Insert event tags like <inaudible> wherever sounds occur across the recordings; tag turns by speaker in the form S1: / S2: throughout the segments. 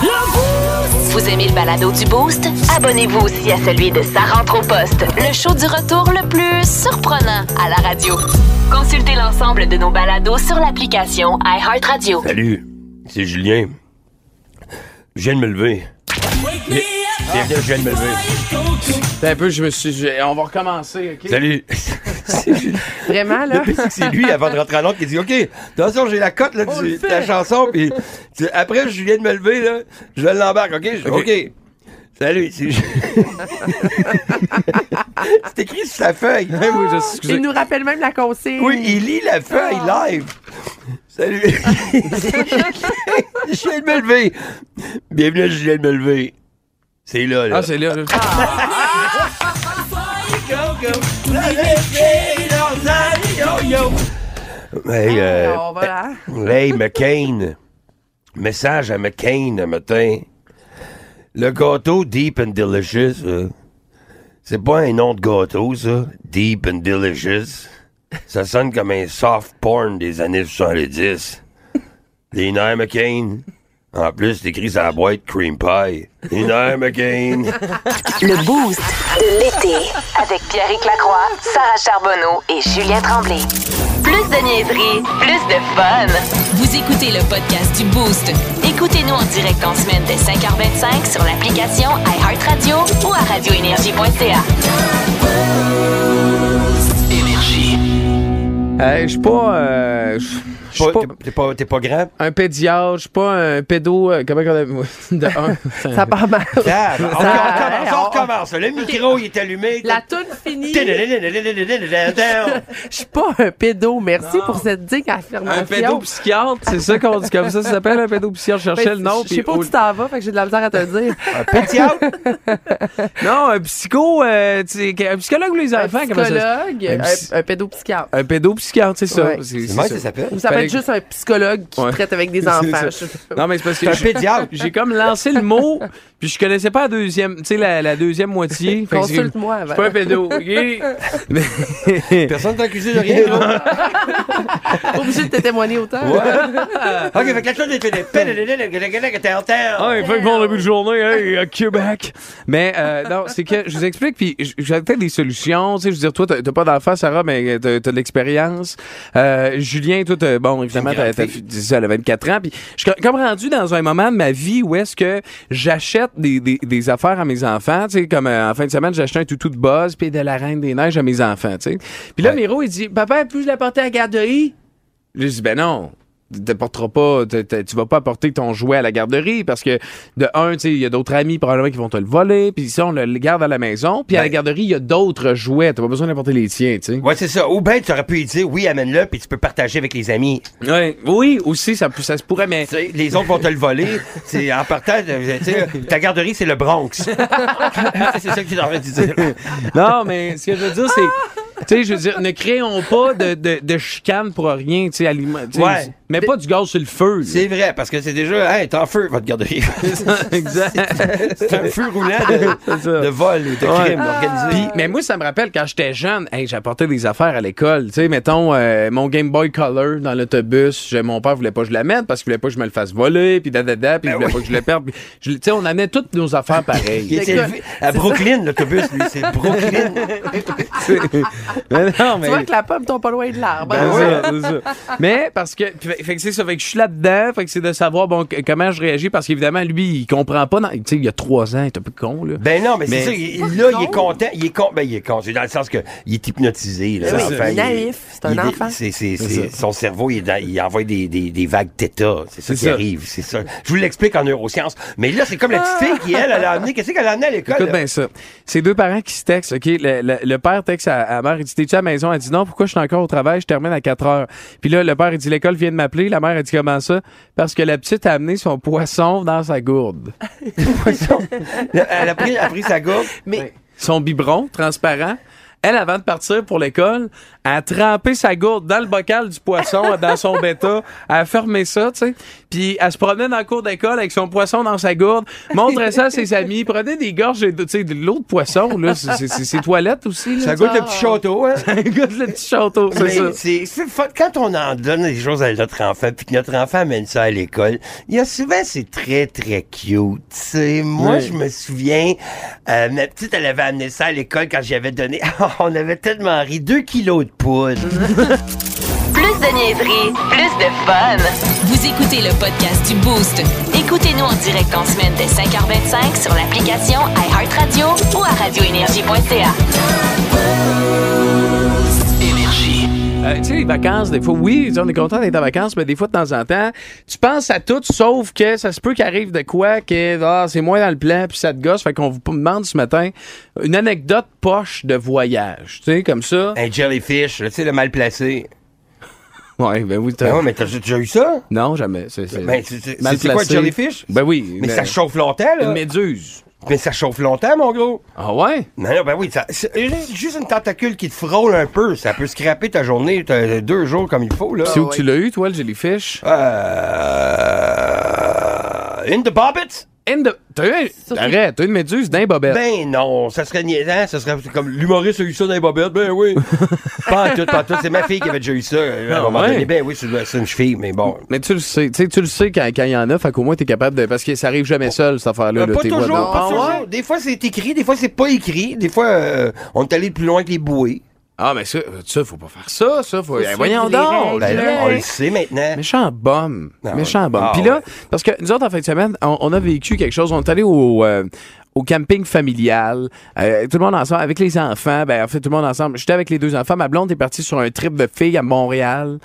S1: Vous aimez le balado du Boost? Abonnez-vous aussi à celui de Sa rentre au poste, le show du retour le plus surprenant à la radio. Consultez l'ensemble de nos balados sur l'application iHeartRadio.
S2: Salut, c'est Julien. Je viens de me lever. Mais- C'est vrai, je viens de me lever.
S3: T'as un peu, je me suis. je- on va recommencer, OK?
S2: Salut. C'est Julien.
S3: <laughs> Vraiment, là?
S2: Le pire, c'est que c'est lui, avant de rentrer à l'autre, qui dit OK, attention, j'ai la cote là,
S3: On
S2: du-
S3: le
S2: de
S3: fait.
S2: la chanson. Puis tu- après, je viens de me lever, là, je l'embarque. OK, Je- OK. Salut. C'est Ju- <laughs> C'est écrit sur sa feuille.
S3: Même où je suis- excusez.
S4: Il nous rappelle même la consigne.
S2: Oui, il lit la feuille live. Salut. je viens de me lever. Bienvenue, à je viens de me lever. C'est là, là.
S3: Ah, c'est là. là.
S2: Hey, euh,
S3: Ah,
S4: Alors, voilà.
S2: Hey, McCain. Message à McCain un matin. Le gâteau Deep and Delicious, euh, c'est pas un nom de gâteau, ça. Deep and Delicious. Ça sonne comme un soft porn des années 70. Les nerfs McCain. En plus, c'est écrit sur la boîte cream pie. Les nerfs McCain.
S1: Le Boost de l'été avec Pierrick Lacroix, Sarah Charbonneau et Julien Tremblay. Plus de niaiserie, plus de fun. Vous écoutez le podcast du Boost. Écoutez-nous en direct en semaine dès 5h25 sur l'application iHeartRadio ou à radioénergie.ca.
S3: Ah. Hey, je suis pas. euh, je je suis pas
S2: T'es pas, t'es pas grand?
S3: un pédiatre, je suis pas un pédo. euh, Comment qu'on a. <laughs> De un.
S4: Ça part
S3: <laughs>
S4: mal.
S2: Ah, on, recommence,
S4: on-
S2: on recommence. Le micro, il est allumé.
S4: La toune finie.
S2: T'es
S4: Je suis pas un pédo. Merci pour cette digne affirmation.
S3: Un pédopsychiatre, c'est ça qu'on dit comme ça, ça s'appelle un pédopsychiatre. Je cherchais
S4: Ben,
S3: le nom.
S4: Je sais
S3: puis
S4: pas
S3: au-
S4: où tu t'en vas, fait que j'ai de la misère à te le
S3: <laughs>
S4: dire.
S2: <laughs>
S3: Non, un psycho, euh, tu sais, un psychologue ou les
S4: un
S3: enfants, comment ça
S4: psychologue,
S3: Un
S4: un,
S3: psy-
S4: un pédopsychiatre.
S3: Un pédopsychiatre, c'est ça.
S4: Ouais.
S3: C'est-
S2: Comment
S3: c'est
S2: ça s'appelle?
S4: Ou ça peut
S3: fallait
S4: être juste un psychologue qui
S3: Ouais.
S4: traite avec des
S3: <laughs> C'est
S4: enfants.
S3: ça.
S4: Je-
S3: Non, mais c'est parce que.
S2: un
S3: je-
S2: pédiatre.
S3: <laughs> J'ai comme lancé le mot, puis je connaissais pas la deuxième, tu sais, la, la deuxième moitié. Fait que c'est-
S4: Consulte-moi ben.
S3: Je
S4: avant.
S3: suis pas un
S4: <laughs>
S3: pédo, ok? Mais-
S2: Personne t'a accusé de rien, là.
S4: <laughs> Obligé de te témoigner autant.
S2: OK, fait que la chose est
S3: Ah, il fait que bon début de journée, hey, à Québec. Mais euh, non, c'est que je vous explique, puis j- j'avais peut-être des solutions. Tu sais, je veux dire, toi, t'as t'as pas d'enfant, Sarah, mais euh, t'as t'as de l'expérience. Euh, Julien, toi, t'as- bon, évidemment,
S2: C'est une
S3: t'as
S2: grande
S3: t'as- tu dis ça, elle a 24 ans. Puis je suis comme rendu dans un moment de ma vie où est-ce que j'achète des, des, des affaires à mes enfants. Tu sais, comme euh, en fin de semaine, j'ai acheté un toutou de buzz puis de la Reine des Neiges à mes enfants, tu sais. Puis là, Miro, il dit, « Papa, peux-je l'apporter à la garderie? » J'ai dit, ben non, t'apporteras pas, t- t- tu vas pas apporter ton jouet à la garderie parce que, de un, tu sais, il y a d'autres amis probablement qui vont te le voler, puis ça, on le garde à la maison, puis à la
S2: Ben-
S3: garderie, il y a d'autres jouets, t'as pas besoin d'apporter les tiens, tu sais.
S2: Ouais, c'est ça. Ou bien tu aurais pu lui dire oui, amène-le, puis tu peux partager avec les amis.
S3: Ouais, Oui, aussi, ça, peut- ça se pourrait, mais.
S2: Tu sais, Les autres vont te le voler. C'est en partage. euh, tu sais, Ta garderie, c'est le <laughs> Bronx. c'est ça que tu aurais dû dire.
S3: <laughs> Non, mais ce que je veux dire, <laughs> c'est. Tu sais, je veux dire, ne créons pas de, de, de chicane pour rien, tu sais, aliment- tu sais,
S2: Ouais.
S3: Mais pas du gaz sur le feu. là.
S2: C'est vrai, parce que c'est déjà. Hey, t'es en feu, votre <laughs> garderie.
S3: <laughs> exact. <laughs>
S2: c'est un feu roulant de,
S3: ça.
S2: de vol et de
S3: Ouais.
S2: crime organisé.
S3: Puis, mais moi, ça me rappelle quand j'étais jeune, hey, j'apportais des affaires à l'école. Tu sais, mettons, euh, mon Game Boy Color dans l'autobus, je- mon père voulait pas que je l'amène parce qu'il voulait pas que je me le fasse voler, puis dadada, puis il voulait pas que je le perde. Puis je- Tu sais, on amenait toutes nos affaires
S2: Il
S3: <laughs> pareilles.
S2: est élevé à Brooklyn, l'autobus, lui. C'est Brooklyn.
S3: mais Ben non,
S4: Tu vois que la pomme tombe pas loin de l'arbre.
S3: C'est
S4: hein?
S3: ça, c'est ça. Mais parce que puis, fait, fait que c'est ça, fait que je suis là-dedans, fait que c'est de savoir bon que- comment je réagis parce qu'évidemment lui il comprend pas, dans- tu sais il y a trois ans, il est un peu con là.
S2: Ben non, mais,
S3: Mais-
S2: c'est ça. il- là, il est content. Il est con. Ben, il est con. C'est dans le sens que il est hypnotisé. Là,
S4: Ben oui,
S2: l'enfant,
S4: il est
S2: il-
S4: naïf, c'est un
S2: il est-
S4: enfant.
S2: c'est- c'est- c'est- son cerveau, il, est dans- il envoie des, des- des vagues θ. C'est ça
S3: C'est
S2: qui
S3: ça.
S2: arrive. C'est ça. Je vous l'explique en neurosciences. Mais là, c'est comme la petite fille qui, elle, elle a amené. Qu'est-ce qu'elle a amené à l'école?
S3: Écoute bien ça. C'est deux parents qui se textent, OK? Le, le- le père texte à, à la mère, il dit, t'es-tu à la maison? Elle dit, non, pourquoi je suis encore au travail? Je termine à 4 heures. Puis là, le père, il dit, l'école vient de m'appeler. La mère, elle dit, comment ça? Parce que la petite a amené son poisson dans sa gourde.
S2: là? Elle a pris, elle a pris sa gourde.
S4: Mais
S3: Son biberon transparent. Elle, avant de partir pour l'école, a trempé sa gourde dans le bocal du poisson, <laughs> dans son bêta, a fermé ça, tu sais. Puis elle se promenait dans la cour d'école avec son poisson dans sa gourde, montrait ça à ses amis, prenait des gorges et de, tu sais, de l'eau de poisson, là, c'est- c'est c'est ses toilettes aussi. Là,
S2: Ça goûte le petit château,
S3: <laughs>
S2: hein?
S3: un gars de le petit château, c'est ça.
S2: Mais Ben, c'est- c'est fa- Quand on en donne des choses à notre enfant, puis que notre enfant amène ça à l'école, il y a souvent, c'est très, très cute. tu sais. Moi,
S3: Oui.
S2: je me souviens, euh, ma petite, elle avait amené ça à l'école quand j'y avais donné. <laughs> on avait tellement ri. Deux kilos de poudre.
S1: Plus de niaiserie, plus de fun. Vous écoutez le podcast du Boost. Écoutez-nous en direct en semaine dès 5h25 sur l'application iHeartRadio ou à radioénergie.ca.
S3: Euh, tu sais, les vacances, des fois, oui, on est content d'être en vacances, mais des fois, de temps en temps, tu penses à tout, sauf que ça se peut qu'il arrive de quoi, que ah, c'est moins dans le plan, puis ça te gosse. Fait qu'on vous demande ce matin une anecdote poche de voyage. Tu sais, comme ça.
S2: Un jellyfish, là, tu sais, le mal placé.
S3: Ouais, ben oui, t'as-
S2: Ben ouais, mais t'as déjà eu ça?
S3: Non, jamais. C'est c'est-
S2: Ben, c'est- c'est-
S3: mal
S2: c'est quoi,
S3: placé.
S2: jellyfish?
S3: Ben oui.
S2: Mais, ça chauffe longtemps, là.
S3: Une
S2: Mais,
S3: méduse.
S2: ça chauffe longtemps, mon gros.
S3: Ah ouais?
S2: Non, non, ben oui, ça- c'est juste- juste une tentacule qui te frôle un peu. Ça peut scraper ta journée, t'as deux jours comme il faut, là.
S3: C'est où que tu l'as eu, toi, le jellyfish?
S2: Ah. Euh... In the Bobbit?
S3: In the- T'as eu un... Arrête, t'as eu une méduse d'un bobette.
S2: Ben non, ça serait niaisant, ça serait comme l'humoriste a eu ça dans les bobettes, ben oui.
S3: <laughs>
S2: pas en tout, pas en tout, c'est ma fille qui avait déjà eu ça euh, à un
S3: Ah,
S2: moment
S3: ouais?
S2: donné. Ben oui, c'est c'est une fille, mais bon.
S3: Mais tu le sais, tu sais, tu le sais quand quand il y en a, fait qu'au moins t'es capable de. Parce que ça arrive jamais seul, cette affaire-là.
S2: Euh,
S3: là,
S2: pas
S3: t'es
S2: toujours,
S3: voisins.
S2: pas
S3: Ah
S2: toujours.
S3: ouais?
S2: Des fois c'est écrit, des fois c'est pas écrit, des fois euh, on est allé plus loin que les bouées.
S3: Ah, mais ça, ça, faut pas faire ça, ça. Faut... Eh,
S4: suivre
S3: voyons
S4: les
S3: donc.
S4: règles.
S2: Ben,
S4: Oui.
S2: là, on le sait maintenant.
S3: Méchant bum.
S2: Ah
S3: méchant
S2: ouais.
S3: bum.
S2: Ah
S3: Puis là,
S2: ouais.
S3: parce que nous autres, en fin de semaine, on, on a vécu quelque chose. On est allé au, euh, au camping familial. euh, tout le monde ensemble, avec les enfants. Ben, en fait, tout le monde ensemble. J'étais avec les deux enfants. Ma blonde est partie sur un trip de filles à Montréal.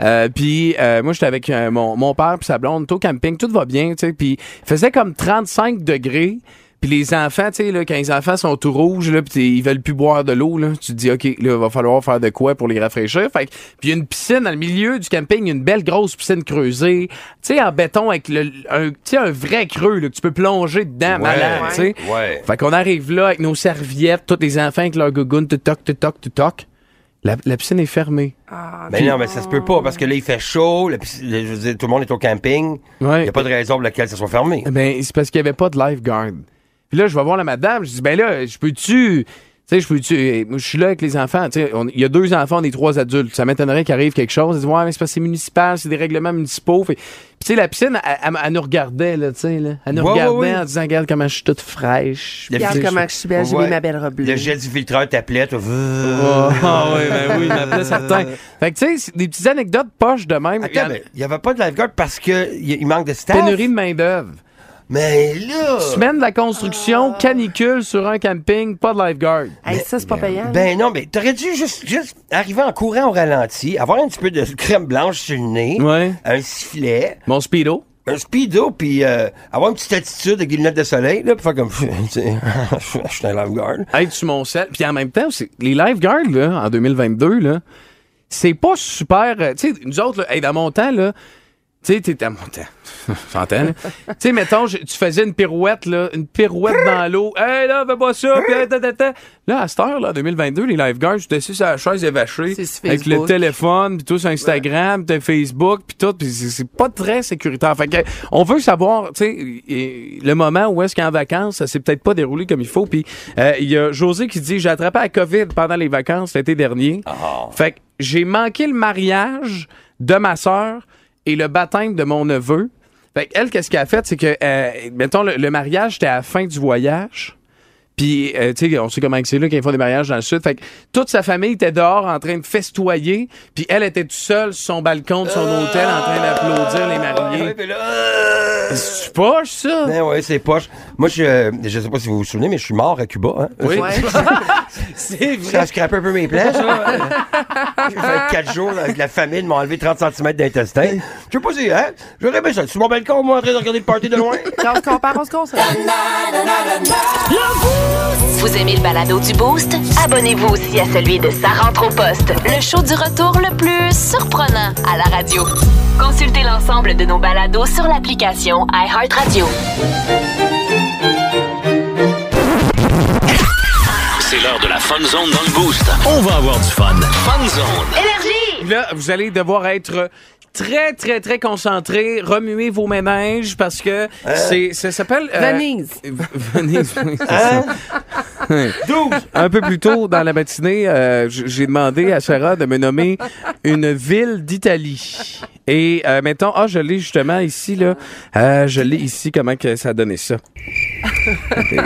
S3: Euh, puis euh, moi j'étais avec euh, mon, mon père puis sa blonde, on était au camping, tout va bien, tu sais, puis il faisait comme 35 degrés, puis les enfants, tu sais là, quand les enfants sont tout rouges là, puis t'es- ils veulent plus boire de l'eau là, tu te dis OK, là va falloir faire de quoi pour les rafraîchir. Fait que puis il y a une piscine dans le milieu du camping, une belle grosse piscine creusée, tu sais en béton avec le un tu sais un vrai creux là, que tu peux plonger dedans malade, tu sais.
S2: ouais.
S3: Fait qu'on arrive là avec nos serviettes, tous les enfants avec leur gougoune, tu toc tu toc tu toc. La, la piscine est fermée.
S2: Ben non, mais ça se peut pas, parce que là, il fait chaud, là, puis, là, je veux dire, tout le monde est au camping. Il
S3: Ouais.
S2: n'y a pas de raison pour laquelle ça soit fermé.
S3: Ben, c'est parce qu'il n'y avait pas de lifeguard. Puis là, je vais voir la madame, je dis, ben là, je peux-tu. Tu sais, je peux-tu. eh, moi, Je suis là avec les enfants. Tu sais, on- il y a deux enfants, on est trois adultes. Ça m'étonnerait qu'il arrive quelque chose. Elle dit, ouais, mais c'est parce que c'est municipal, c'est des règlements municipaux. Fait- Puis, tu sais, la piscine, elle, elle- elle nous regardait, là, tu sais, là. Elle nous
S2: Ouais, ouais,
S3: regardait
S2: ouais.
S3: en disant, regarde comment je suis toute fraîche.
S2: Le
S3: Tu
S4: Regarde
S3: sais,
S4: comment je suis belle, j'ai mis
S2: Ouais.
S4: ma belle robe
S2: Le
S4: bleue.
S2: jet du filtreur tablette. euh,
S3: Ah ah ouais, ben oui, ma place certain. Fait que tu sais, c'est des petites anecdotes poches de même. Il y en-
S2: Attends, mais il n'y avait pas de lifeguard parce qu'il manque de staff.
S3: Pénurie de main-d'œuvre.
S2: Mais là.
S3: Semaine de la construction, canicule sur un camping, pas de lifeguard.
S4: Hey, ça, c'est pas payant.
S2: Ben non, mais t'aurais dû juste, juste arriver en courant au ralenti, avoir un petit peu de crème blanche sur le nez,
S3: Ouais.
S2: un sifflet,
S3: Mon speedo.
S2: un speedo, puis euh, avoir une petite attitude avec des lunettes de soleil, là, puis faire comme, <laughs> tu sais, je suis un lifeguard.
S3: <laughs> être sur mon sel. Puis en même temps, c'est- les lifeguards, là, en 2022, là, c'est pas super. euh, Tu sais, nous autres, là, hey, dans mon temps, là, tu sais, t'étais à mon temps. <laughs> J'entends, là. tu sais, mettons, je- tu faisais une pirouette, là, une pirouette dans l'eau. <laughs> Hey, là, fais pas ça. Puis, hey, ta, ta, ta. Là, à cette heure, là, en 2022, les lifeguards, tu assis sur la chaise évachée.
S4: C'est sur
S3: Avec le
S4: Facebook.
S3: téléphone, puis tout sur Instagram, puis t'as Facebook, puis tout. Puis c'est c'est pas très sécuritaire. Fait que, on veut savoir, tu sais, et- le moment où est-ce qu'en vacances, ça s'est peut-être pas déroulé comme il faut. Puis euh, il y a José qui dit, j'ai attrapé la COVID pendant les vacances l'été dernier. Fait que j'ai manqué le mariage de ma sœur et le baptême de mon neveu. Fait que elle, qu'est-ce qu'elle a fait, c'est que, euh, mettons, le, le mariage, c'était à la fin du voyage. Puis, euh, tu sais, on sait comment que c'est là quand ils font des mariages dans le sud. Fait que toute sa famille était dehors en train de festoyer. Puis elle était toute seule sur son balcon de son hôtel en train d'applaudir les
S2: Ouais,
S3: mariés.
S2: puis là, euh,
S3: C'est poche, ça?
S2: Ben ouais, c'est poche. Moi, je, euh, je sais pas si vous vous souvenez, mais je suis mort à Cuba. Hein?
S3: Oui.
S4: Ouais.
S3: c'est
S2: Ça a scrappé un peu mes plaies, <laughs> ça. J'ai fait quatre jours là, avec la famine, m'ont enlevé 30 cm d'intestin. Je sais pas si, hein? J'aurais bien ça. Sur mon balcon, moi, en train de regarder le party de <laughs> loin.
S4: <laughs>
S2: Hein?
S4: Quand on se compare, on se consomme.
S1: Vous aimez le balado du Boost? Abonnez-vous aussi à celui de Sa rentre au poste, le show du retour le plus surprenant à la radio. Consultez l'ensemble de nos balados sur l'application iHeartRadio.
S5: C'est l'heure de la Fun Zone dans le Boost. On va avoir du fun. Fun Zone.
S3: Énergie! Là, vous allez devoir être très, très, très concentré. Remuez vos méninges parce que c'est, ça s'appelle... euh,
S4: Venise.
S3: V- Venise, oui, c'est ça. Un peu plus tôt dans la matinée, euh, j- j'ai demandé à Sarah de me nommer une ville d'Italie. Et euh, mettons, ah, je l'ai justement ici, là. Euh, je l'ai ici, comment que ça a donné ça.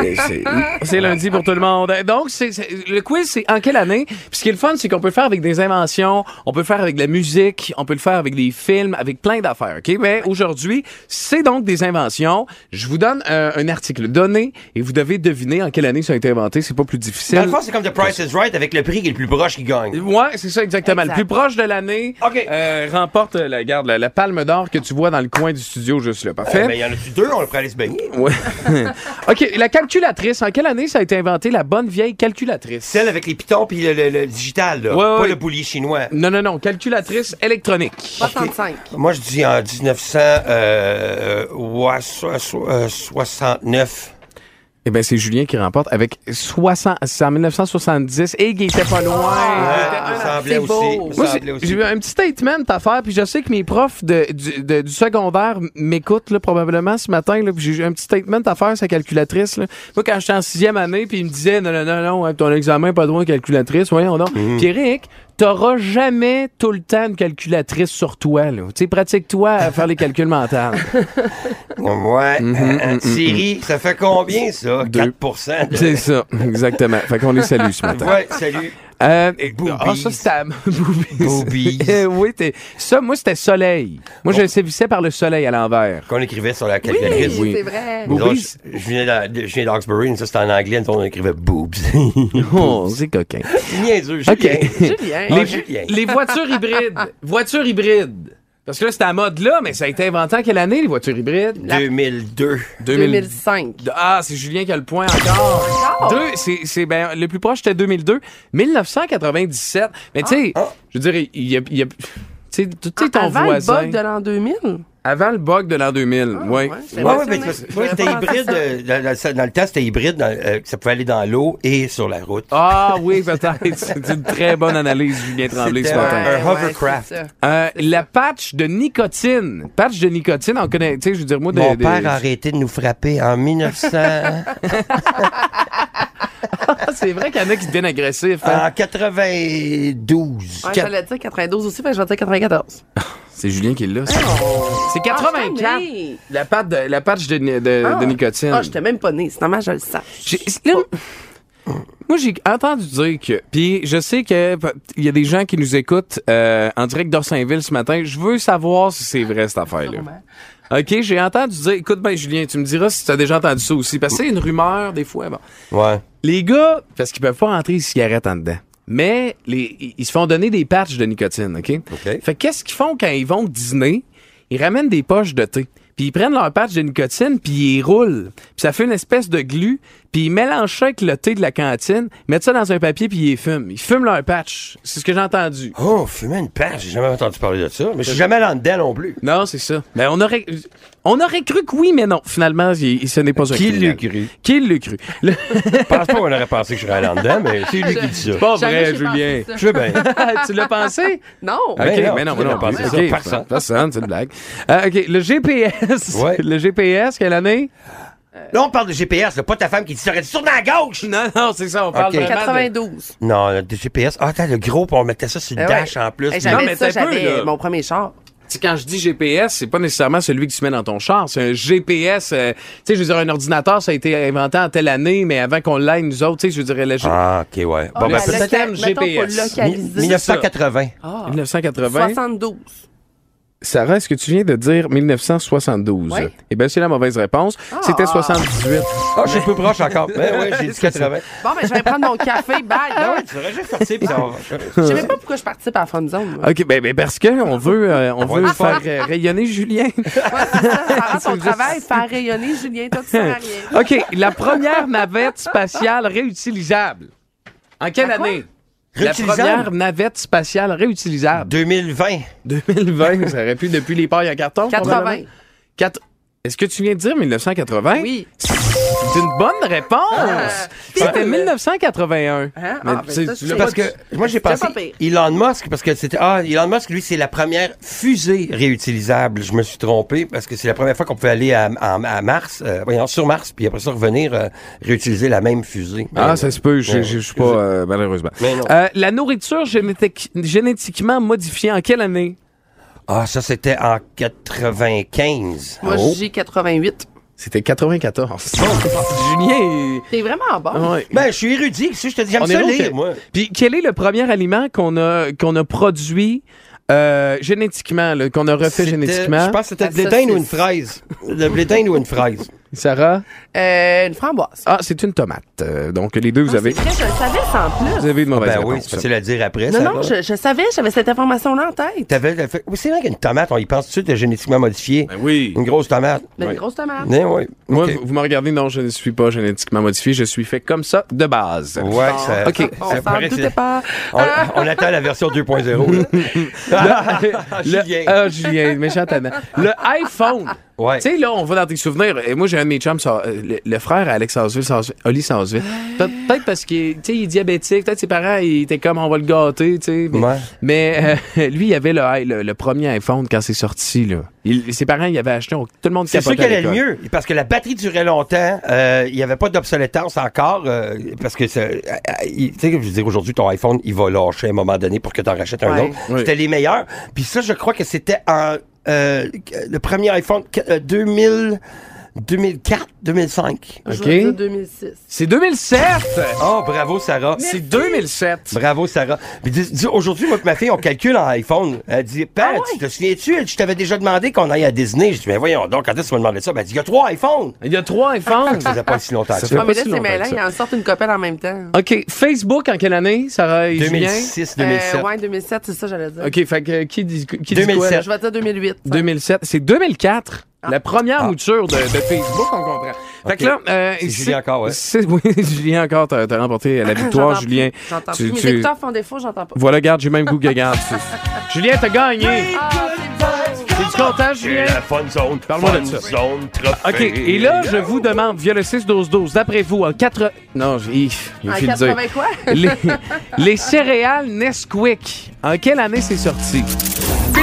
S3: Et c'est- c'est lundi pour tout le monde. Donc, c'est c'est- le quiz, c'est en quelle année? Puis ce qui est le fun, c'est qu'on peut le faire avec des inventions, on peut le faire avec de la musique, on peut le faire avec des films, avec plein d'affaires, OK? Mais aujourd'hui, c'est donc des inventions. Je vous donne euh, un article donné et vous devez deviner en quelle année ça a été inventé. C'est pas plus difficile.
S2: Dans le fond, c'est comme The Price is Right avec le prix qui est le plus proche qui gagne.
S3: Ouais, c'est ça exactement.
S4: Exact.
S3: Le plus proche de l'année
S2: OK.
S3: euh, remporte euh, la garde, la, la palme d'or que tu vois dans le coin du studio juste là. Parfait.
S2: Mais Ben, il y en a-tu deux, on le pourrait aller se baigner.
S3: Ouais. <laughs> OK, la calculatrice, en quelle année ça a été inventé la bonne vieille calculatrice?
S2: Celle avec les pitons puis le, le- le digital, là.
S3: Ouais, ouais,
S2: pas
S3: ouais.
S2: le boulier chinois.
S3: Non, non, non, calculatrice électronique.
S4: 65.
S2: Moi, je dis en 1969. Euh, ouais, so- so- euh, 69.
S3: Eh bien, c'est Julien qui remporte avec 60, c'est en 1970 et il était pas
S2: Ouais,
S3: loin.
S2: me semblait
S4: c'est
S2: aussi.
S4: beau.
S2: me
S3: Moi,
S2: semblait
S3: j'ai-
S2: aussi.
S3: j'ai eu un petit statement à faire, puis je sais que mes profs de, du, de- du secondaire m'écoutent là, probablement ce matin, là, puis j'ai eu un petit statement à faire sa calculatrice. Là. Moi, quand j'étais en sixième année, puis il me disait non, non, non, non, ouais, ton examen, pas de droit à une calculatrice, voyons donc. Puis Eric, t'auras jamais tout le temps une calculatrice sur toi. là. Tu sais, pratique-toi à faire les calculs mentaux.
S2: Ouais. Euh, Siri, ça fait combien, ça?
S3: Deux.
S2: 4 de-
S3: <laughs> C'est ça, exactement. Fait qu'on les salue ce matin.
S2: Ouais, salut.
S3: Euh,
S2: Boobies.
S3: Ah, ça, c'était à- Boobies.
S2: Boobies.
S3: <laughs> Eh oui, t'es- ça, moi, c'était soleil. Moi, je le sévissais par le soleil à l'envers.
S2: Qu'on écrivait sur la
S4: Oui,
S2: calculatrice.
S3: oui.
S4: c'est vrai.
S2: Nous
S3: Boobies.
S2: autres, Je je venais d'A- je viens d'Oxbury, nous, ça c'était en anglais, nous, on écrivait boobs. <laughs>
S3: Oh, c'est coquin.
S2: Niaiseux, Julien.
S3: <laughs> OK.
S4: Julien.
S2: Ah,
S3: les,
S2: Julien.
S3: les voitures hybrides. voitures hybrides. Parce que là, c'est à mode là, mais ça a été inventé en quelle année, les voitures hybrides?
S2: 2002.
S4: 2005.
S3: Ah, c'est Julien qui a le point encore. Deux, c'est, c'est ben, le plus proche c'était 2002, 1997. Mais tu sais, je veux dire, il y a, il y a- tu sais, tu sais, ton
S4: Avant le
S3: voisin
S4: bug de l'an 2000.
S3: avant le bug de l'an 2000, oui.
S4: ouais, c'est
S2: <laughs> Ouais,
S4: vrai.
S2: ouais, mais
S4: Impressionné.
S2: moi, c'était
S4: J'aurais pas
S2: hybride.
S4: pensé
S2: euh, Dans, dans- dans le temps, c'était hybride. dans- euh, que ça pouvait aller dans l'eau et sur la route.
S3: Ah oui, peut-être. C'est une très bonne analyse, Julien Tremblay, ce
S2: C'était
S3: matin.
S2: un hovercraft.
S4: c'est ça.
S3: Euh, la patch de nicotine. Patch de nicotine, on connaît, tu sais, je veux dire, moi, de-
S2: Mon
S3: de-
S2: père a arrêté de nous frapper en <laughs> 1900.
S3: Ah, c'est vrai qu'il y en a qui deviennent agressifs. hein.
S2: en 92.
S4: Ouais, J'allais dire 92 aussi, mais je vais dire 94.
S3: C'est Julien qui l'a. ça. C'est
S4: Ah,
S3: 84.
S4: je t'aimais.
S3: La patch de, la patch de, ni- de- de nicotine.
S4: Ah, j'étais même pas née, sinon moi, je le sache.
S3: J'ai- là,
S4: Oh.
S3: moi, j'ai entendu dire que. Puis, je sais que pe- il y a des gens qui nous écoutent euh, en direct d'Orsainville ce matin. Je veux savoir si c'est vrai cette affaire-là. OK, j'ai entendu dire. Écoute, ben, Julien, tu me diras si tu as déjà entendu ça aussi. Parce que c'est une rumeur, des fois. Bon.
S2: Ouais.
S3: Les gars, parce qu'ils peuvent pas entrer les cigarettes en dedans. Mais les, ils- ils se font donner des patchs de nicotine, OK?
S2: OK.
S3: Fait que qu'est-ce qu'ils font quand ils vont dîner? Ils ramènent des poches de thé. Puis ils prennent leur patch de nicotine, puis ils les roulent. Puis ça fait une espèce de glu. Puis ils mélangent ça avec le thé de la cantine, mettent ça dans un papier, puis ils les fument. Ils fument leur patch. C'est ce que j'ai entendu.
S2: Oh, fumer une page, j'ai jamais entendu parler de ça. Mais je suis jamais allé en dedans non plus.
S3: Non, c'est ça. Mais Ben, on aurait, on aurait cru que oui, mais non. Finalement, il- ce n'est pas un
S2: Qui
S3: criminel.
S2: l'eût cru?
S3: Qui l'eût cru? Le-
S2: Je pense pas qu'on aurait pensé que je serais allé en dedans, mais c'est lui qui dit ça.
S3: C'est pas
S4: Jamais
S3: vrai,
S4: j'ai pensé
S3: Julien.
S4: ça.
S2: Je sais bien.
S3: <laughs> tu l'as pensé?
S4: Non!
S3: OK,
S2: Ben non,
S3: mais Ah non,
S2: tu
S3: mais
S2: l'as
S3: non,
S2: pas
S3: pensé
S2: dit ça,
S3: OK,
S2: personne.
S3: Personne, c'est une blague. Euh, OK, le GPS.
S2: Ouais.
S3: <laughs> Le GPS, quelle année?
S2: Là, on parle de GPS, là, pas ta femme qui dit ça. sur la gauche!
S3: Non, non, c'est ça, on parle
S2: OK.
S3: vraiment de-
S4: 92.
S2: Non, le GPS. Ah, attends, le gros, puis on mettait ça sur le
S4: Eh ouais.
S2: dash en plus.
S4: Eh,
S3: Non,
S4: J'avais
S3: mais
S4: ça,
S3: t'as peu,
S4: j'avais
S3: là.
S4: mon premier char.
S3: Tu sais, quand je dis GPS, c'est pas nécessairement celui que tu mets dans ton char. C'est un GPS. euh, tu sais, je veux dire, un ordinateur, ça a été inventé en telle année, mais avant qu'on l'aille, nous autres, tu sais, je veux dire, le G-
S2: Ah, ok, ouais. Bon,
S3: Le
S2: ben,
S4: Ah,
S2: peut-être
S3: système
S4: loca- mettons,
S3: GPS.
S4: Pour localiser.
S2: 1980.
S4: Ah.
S3: 1980.
S4: 72.
S3: Sarah, est-ce que tu viens de dire 1972?
S4: Oui.
S3: Eh bien, c'est la mauvaise réponse. C'était 78.
S2: Ah, je suis peu proche encore. Ben ouais, <laughs> j'ai dit 80.
S4: Bon, ben, je vais prendre mon café, bye.
S2: Tu devrais juste sortir, puis ça va.
S4: Je sais même pas pourquoi je participe à la Fun Zone. moi.
S3: OK, ben, ben, parce que on veut, euh, on veut
S2: Ouais.
S3: faire euh, rayonner Julien. <laughs>
S4: Sarah,
S3: C'est
S4: son
S3: juste-
S4: travail, faire rayonner Julien, toi, tu
S3: <laughs>
S4: sers à rien.
S3: OK, la première navette spatiale réutilisable. En quelle
S4: La quoi?
S3: année? La première
S2: Réutilisable.
S3: navette spatiale réutilisable.
S2: 2020.
S3: 2020, ça aurait pu depuis les pailles en carton.
S4: 80.
S3: probablement. Quatre- Est-ce que tu viens de dire 1980?
S4: Oui.
S3: C'est une bonne réponse. C'était 1981.
S4: Hein?
S3: Mais
S4: Ah, ben
S3: tu sais,
S4: ça,
S3: tu
S4: c'est-
S3: l'as-
S2: Parce que moi j'ai
S4: C'est
S2: pensé
S4: pas pire.
S2: Elon Musk parce que c'était ah Elon Musk lui c'est la première fusée réutilisable. Je me suis trompé parce que c'est la première fois qu'on pouvait aller à, à- à Mars, euh, voyons, sur Mars puis après ça revenir euh, réutiliser la même fusée. Euh,
S3: Ah,
S2: Mais-
S3: ça se peut, je
S2: Ouais.
S3: je- je suis pas, euh, malheureusement.
S2: Mais non.
S3: Euh, la nourriture génétique- génétiquement modifiée en quelle année?
S2: Ah ça c'était en 95.
S4: Moi,
S2: Oh.
S4: j'ai 88.
S6: C'était 94.
S3: Julien.
S4: T'es vraiment bon.
S3: est- Ouais.
S2: Ben je suis érudit, si je te dis j'aime
S6: On est
S2: ça
S6: bon,
S2: lire
S6: que-
S2: moi.
S3: Puis quel est le premier aliment qu'on a, qu'on a produit euh, génétiquement, là, qu'on a refait
S2: C'était-
S3: génétiquement?
S2: Je pense que c'était de
S4: La
S2: l'étain ou une
S4: saucisse.
S2: fraise. De l'étain ou une fraise.
S3: Sarah?
S4: Euh, une framboise.
S3: Ah, c'est une tomate. Euh, donc les deux,
S2: Ah,
S3: vous avez,
S4: C'est vrai, je le savais sans plus.
S3: vous avez une mauvaise
S2: Ben oui,
S3: réponse.
S2: c'est facile à dire après ça.
S4: Non, non,
S2: va.
S4: je, je savais, j'avais cette information-là en tête.
S2: T'avais la fa- Oui, c'est vrai qu'une tomate, on y pense tout de suite de génétiquement modifiée.
S3: oui.
S2: Une grosse tomate.
S4: Mais une grosse tomate.
S2: Mais oui.
S3: Moi,
S2: OK.
S3: vous, vous me regardez, non, je ne suis pas génétiquement modifié, je suis fait comme ça de base.
S2: Ouais, ça.
S3: OK.
S2: ça
S4: On s'en
S2: paraît que
S4: doutait
S2: c'est-
S4: pas.
S2: On, on attend la version 2.0. là. Ah,
S3: Le-
S2: Julien.
S3: Ah, Julien, méchant tannant. Le iPhone.
S2: Ouais.
S3: Tu sais, là, on va dans tes souvenirs. Et moi, j'ai un de mes chums, ça- euh, le, le frère à Alex Sansville, Sans- Oli Sansville. Pe- Peut-être parce qu'il est- tu sais, il est diabétique. Peut-être ses parents, ils étaient comme, on va le gâter, tu sais. Mais,
S2: <laughs> Ouais.
S3: mais, euh, <laughs> lui, il avait le, i- le, le premier iPhone quand c'est sorti, là. Il- ses parents, ils avaient acheté, on- tout le monde
S2: C'est sûr
S3: capotait
S2: qu'elle
S3: à
S2: allait le
S3: l'école.
S2: mieux, parce que la batterie durait longtemps, euh, il n'y avait pas d'obsolescence encore, euh, parce que, ça- euh, euh, il- tu sais, je veux dire, aujourd'hui, ton iPhone, il va lâcher à un moment donné pour que tu en rachètes un
S4: Ouais.
S2: autre.
S3: Oui.
S2: C'était les meilleurs. Puis ça, je crois que c'était en, euh, le premier iPhone euh, 2000, 2004, 2005.
S4: Je
S3: OK.
S4: vais dire 2006.
S3: C'est 2007!
S2: Oh, bravo, Sarah.
S3: C'est 2007!
S2: Bravo, Sarah. Puis dis- dis- aujourd'hui, moi et ma fille, on calcule en iPhone. Elle dit, Père, tu te souviens-tu? Elle dit, Je t'avais déjà demandé qu'on aille à Disney. Je dis, mais voyons donc, quand est-ce que tu m'as demandé ça? Ben, elle dit, il y a trois iPhones.
S3: Il y a trois
S2: <laughs>
S3: iPhones!
S2: Ça faisait pas si longtemps que
S3: Ça fait
S2: ça.
S4: Ah, mais
S3: pas
S4: là,
S3: si
S4: c'est
S3: longtemps que
S4: mêlant,
S3: ça.
S4: ils en sortent une copelle en même temps.
S3: OK, Facebook en quelle année, Sarah et Julien?
S2: 2006, 2007.
S4: Euh, ouais, 2007, c'est ça, j'allais dire.
S3: OK, fait que euh, qui dit, qui dit quoi, là?
S2: 2007.
S4: Je vais dire 2008.
S3: 2007. C'est 2004. La première mouture de, de Facebook, on comprend. Fait que
S2: Ah. Ok.
S3: là, euh,
S2: C'est Julien encore, ouais. Ah,
S3: c'est- <laughs> oui, Julien encore, t'as t'as remporté la victoire,
S4: J'entends plus.
S3: Julien.
S4: J'entends
S3: Tu-
S4: plus. Mes
S3: tu-
S4: écouteurs font défaut, j'entends pas.
S3: Voilà, regarde, j'ai même goût que regarde. tu-
S2: <laughs>
S3: Julien, t'as gagné.
S4: Ah, c'est bon.
S3: T'es-tu content, Julien?
S2: fun zone.
S3: Parle-moi de fun ça.
S2: zone,
S3: OK,
S2: Ben,
S3: et là, je vous demande, via le 6-12-12, d'après vous, en 4... Non, j'ai il
S4: En
S3: faut le dire.
S4: 80 quoi?
S3: Les, les céréales Nesquik, en quelle année c'est sorti?
S1: Plus